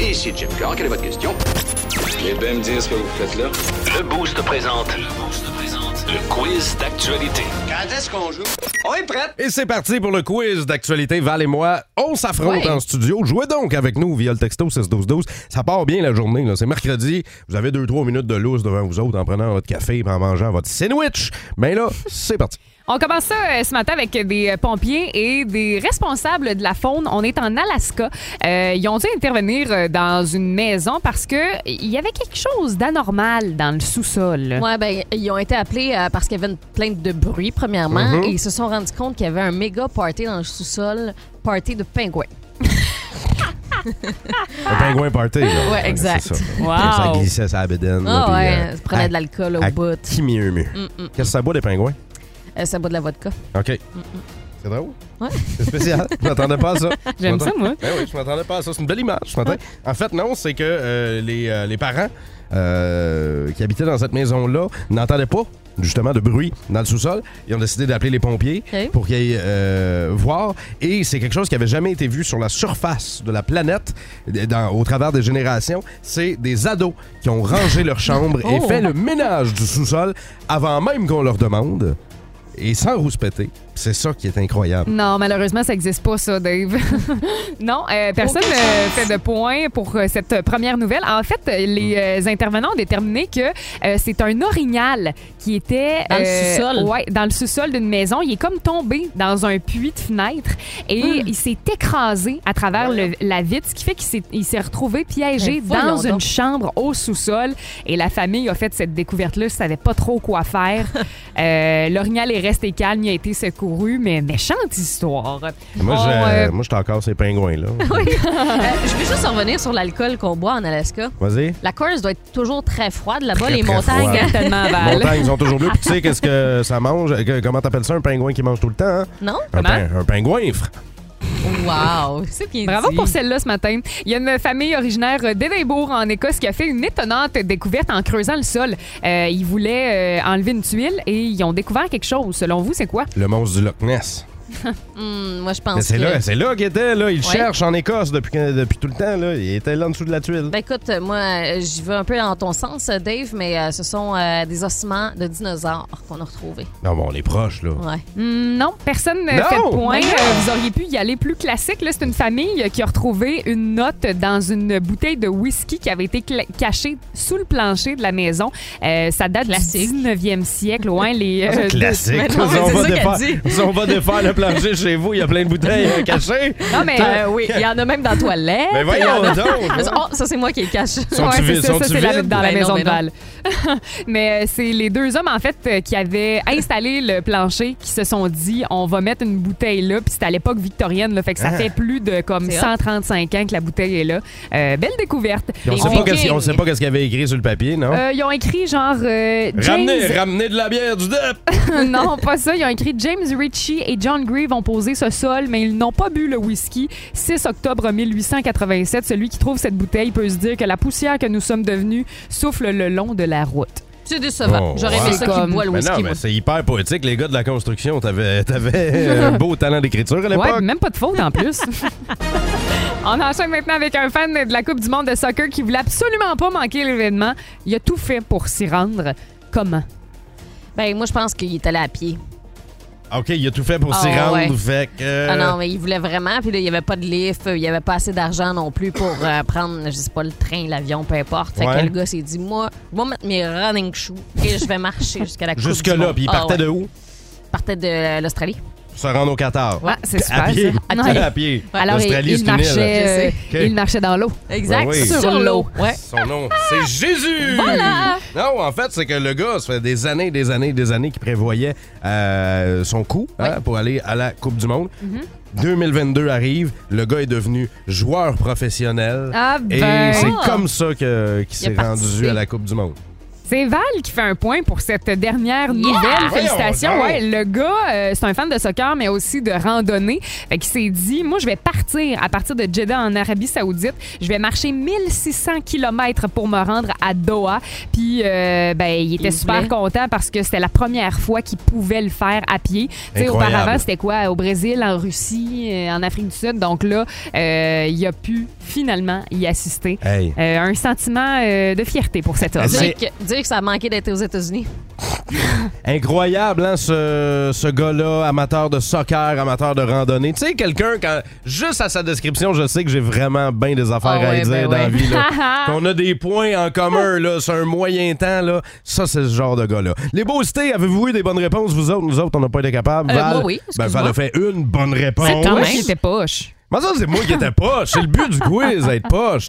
Ici Jim Carr, quelle est votre question? Les bien me dire ce que vous faites là. Le Boost présente. Le Boost présente. Le quiz d'actualité. Quand est-ce qu'on joue? On est prêt! Et c'est parti pour le quiz d'actualité. Val et moi, on s'affronte Ouais. en studio. Jouez donc avec nous via le texto 61212. Ça part bien la journée. là. C'est mercredi. Vous avez 2-3 minutes de lousse devant vous autres en prenant votre café et en mangeant votre sandwich. Mais là, c'est parti. On commence ça euh, ce matin avec des euh, pompiers et des responsables de la faune. On est en Alaska. Euh, ils ont dû intervenir euh, dans une maison parce que il y avait quelque chose d'anormal dans le sous-sol. Ouais, ben, ils ont été appelés euh, parce qu'il y avait une plainte de bruit, premièrement, Mm-hmm. et ils se sont rendus compte qu'il y avait un méga party dans le sous-sol, party de pingouins. Un pingouin party. là. Ouais, exact. c'est ça. Wow. Ça glissait sa bédaine. Ah là, puis, ouais, euh, ils prenaient à- de l'alcool au à bout. Qui mieux mieux? Qu'est-ce que ça boit des pingouins? Euh, ça boit de la vodka. OK. C'est drôle? Ouais. C'est spécial. Je m'attendais pas à ça. Je J'aime m'attendais- ça, moi. Ben oui, je m'attendais pas à ça. C'est une belle image ce matin. En fait, non, c'est que euh, les, euh, les parents euh, qui habitaient dans cette maison-là n'entendaient pas justement de bruit dans le sous-sol. Ils ont décidé d'appeler les pompiers Ok. pour qu'ils aillent euh, voir. Et c'est quelque chose qui avait jamais été vu sur la surface de la planète d- dans- au travers des générations. C'est des ados qui ont rangé leur chambre et Oh. fait le ménage du sous-sol avant même qu'on leur demande et sans rouspéter. C'est ça qui est Mm. incroyable. Non, malheureusement, ça n'existe pas, ça, Dave. non, euh, personne ne fait de point pour euh, cette première nouvelle. En fait, euh, les euh, intervenants ont déterminé que euh, c'est un orignal qui était... euh, Dans le sous-sol. Ouais, dans le sous-sol d'une maison. Il est comme tombé dans un puits de fenêtre et Mm. il s'est écrasé à travers le- la vitre, ce qui fait qu'il s'est- il s'est retrouvé piégé Ben, voyons dans une donc. chambre au sous-sol. Et la famille a fait cette découverte-là, ne savait pas trop quoi faire. Euh, L'orignal est resté calme, il a été secouru, mais méchante histoire. Moi, On, j'ai- euh, moi, j'étais encore ces pingouins-là. Euh, je vais juste revenir sur l'alcool qu'on boit en Alaska. Vas-y. La Corse doit être toujours très froide là-bas, Très, les très montagnes. froide. tellement Les aval. Montagnes, ils sont toujours bleus. Puis tu sais, qu'est-ce que ça mange? Que- Comment t'appelles ça, un pingouin qui mange tout le temps? hein? Non? Un, Comment? pin- un pingouin, frère. Wow! C'est bien Bravo dit. pour celle-là ce matin. Il y a une famille originaire d'Édimbourg, en Écosse, qui a fait une étonnante découverte en creusant le sol. Euh, ils voulaient euh, enlever une tuile et ils ont découvert quelque chose. Selon vous, c'est quoi? Le monstre du Loch Ness. Hmm, moi, je Mais pense Ben, C'est que... là, c'est là qu'il était, là. Il Ouais. cherche en Écosse depuis, que- depuis tout le temps, là. Il était là en dessous de la tuile. Ben écoute, moi, euh, j'y vais un peu dans ton sens, euh, Dave, mais euh, ce sont euh, des ossements de dinosaures qu'on a retrouvés. Non, bon, on est proche, là. Ouais. Hmm, non, personne ne Non! fait de Ben point. Euh, vous auriez pu y aller plus classique. Là, c'est une famille qui a retrouvé une note dans une bouteille de whisky qui avait été cla- cachée sous le plancher de la maison. Euh, ça date Classique. du 19e siècle. Ouais, les, Ah, euh, C'est classique. mais non, Si on mais va c'est ça défaire- qu'elle si on va défaire le plancher chez vous, il y a plein de bouteilles euh, cachées. Non, mais euh, Ben oui, il y en a même dans la toilette. Mais voyons donc. Oh, ça, c'est moi qui le cache. Sont-tu Ouais, vides? c'est ça, ça, Sont-tu c'est la- vides? dans la Ben non, maison ben de Val. Mais euh, c'est les deux hommes, en fait, euh, qui avaient installé le plancher qui se sont dit on va mettre une bouteille là. Puis c'était à l'époque victorienne, là, fait que ça Ah. fait plus de comme C'est hot. 135 ans que la bouteille est là. Euh, belle découverte. Puis On sait pas qu'est-ce- on sait pas qu'est-ce qu'il y avait écrit sur le papier, non? Euh, ils ont écrit genre euh, James. Ramenez, ramenez de la bière du DEP! non, pas ça. Ils ont écrit James Ritchie et John Grieve ont posé ce sol, mais ils n'ont pas bu le whisky. 6 octobre 1887, celui qui trouve cette bouteille peut se dire que la poussière que nous sommes devenus souffle le long de la route. C'est décevant. Oh, J'aurais wow. aimé ça Comme- qu'il boit le Mais whisky. non, moi. mais c'est hyper poétique. Les gars de la construction, t'avais, t'avais un beau talent d'écriture à l'époque. Ouais, même pas de faute en plus. On enchaîne maintenant avec un fan de la Coupe du monde de soccer qui voulait absolument pas manquer l'événement. Il a tout fait pour s'y rendre. Comment? Ben, moi, je pense qu'il est allé à pied. OK, il a tout fait pour s'y Ah, rendre. ouais. Fait que, euh, Ah non, mais il voulait vraiment. Puis là, il n'y avait pas de lift, il n'y avait pas assez d'argent non plus pour euh, prendre, je sais pas, le train, l'avion, peu importe. Fait Ouais. que le gars s'est dit, moi, je vais mettre mes running shoes et je vais marcher jusqu'à la coupe du euh, Jusque-là, monde. puis il Ah partait ouais. de où? Il partait de euh, l'Australie. Pour se rendre au Qatar. Ah, c'est super. à pied. ça. À Non, pied. il- À pied. Alors, il, L'Australie, il c'est une île. marchait, euh, Je sais. il marchait dans l'eau. Exact. Ben oui. Sur l'eau. Ouais. Son nom, c'est Jésus! Voilà. Non, en fait, c'est que le gars, ça fait des années, des années, des années qu'il prévoyait euh, son coup hein, pour aller à la Coupe du Monde. Mhm. 2022 arrive, le gars est devenu joueur professionnel. Ah Et ben. c'est comme ça que- qu'il Il a s'est rendu participé. à la Coupe du Monde. C'est Val qui fait un point pour cette dernière nouvelle. Félicitations. Voyons Ouais, donc. le gars, euh, c'est un fan de soccer, mais aussi de randonnée. Fait qu'il s'est dit, moi, je vais partir à partir de Jeddah en Arabie Saoudite. Je vais marcher 1600 km pour me rendre à Doha. Puis, euh, ben, il était Il super voulait. content parce que c'était la première fois qu'il pouvait le faire à pied. Tu sais, Incroyable. auparavant, c'était quoi? Au Brésil, en Russie, euh, en Afrique du Sud. Donc là, euh, il a pu finalement y assister. Hey. Euh, un sentiment euh, de fierté pour cet homme. Est-ce Dire que, dire que ça a manqué d'être aux États-Unis. Incroyable, hein, ce, ce gars-là, amateur de soccer, amateur de randonnée. Tu sais, quelqu'un, quand juste à sa description, je sais que j'ai vraiment bien des affaires Ah à ouais, dire ben dans la ouais. vie. là. Qu'on a des points en commun, là, sur un moyen temps, là. Ça, c'est ce genre de gars-là. Les beaux cités, avez-vous eu des bonnes réponses, vous autres? Nous autres, on n'a pas été capables. Euh, Val, moi, oui, ben, excuse-moi. Val a fait une bonne réponse. C'est toi qui étais poche. Mais ça, c'est moi qui étais poche. C'est le but du quiz, être poche.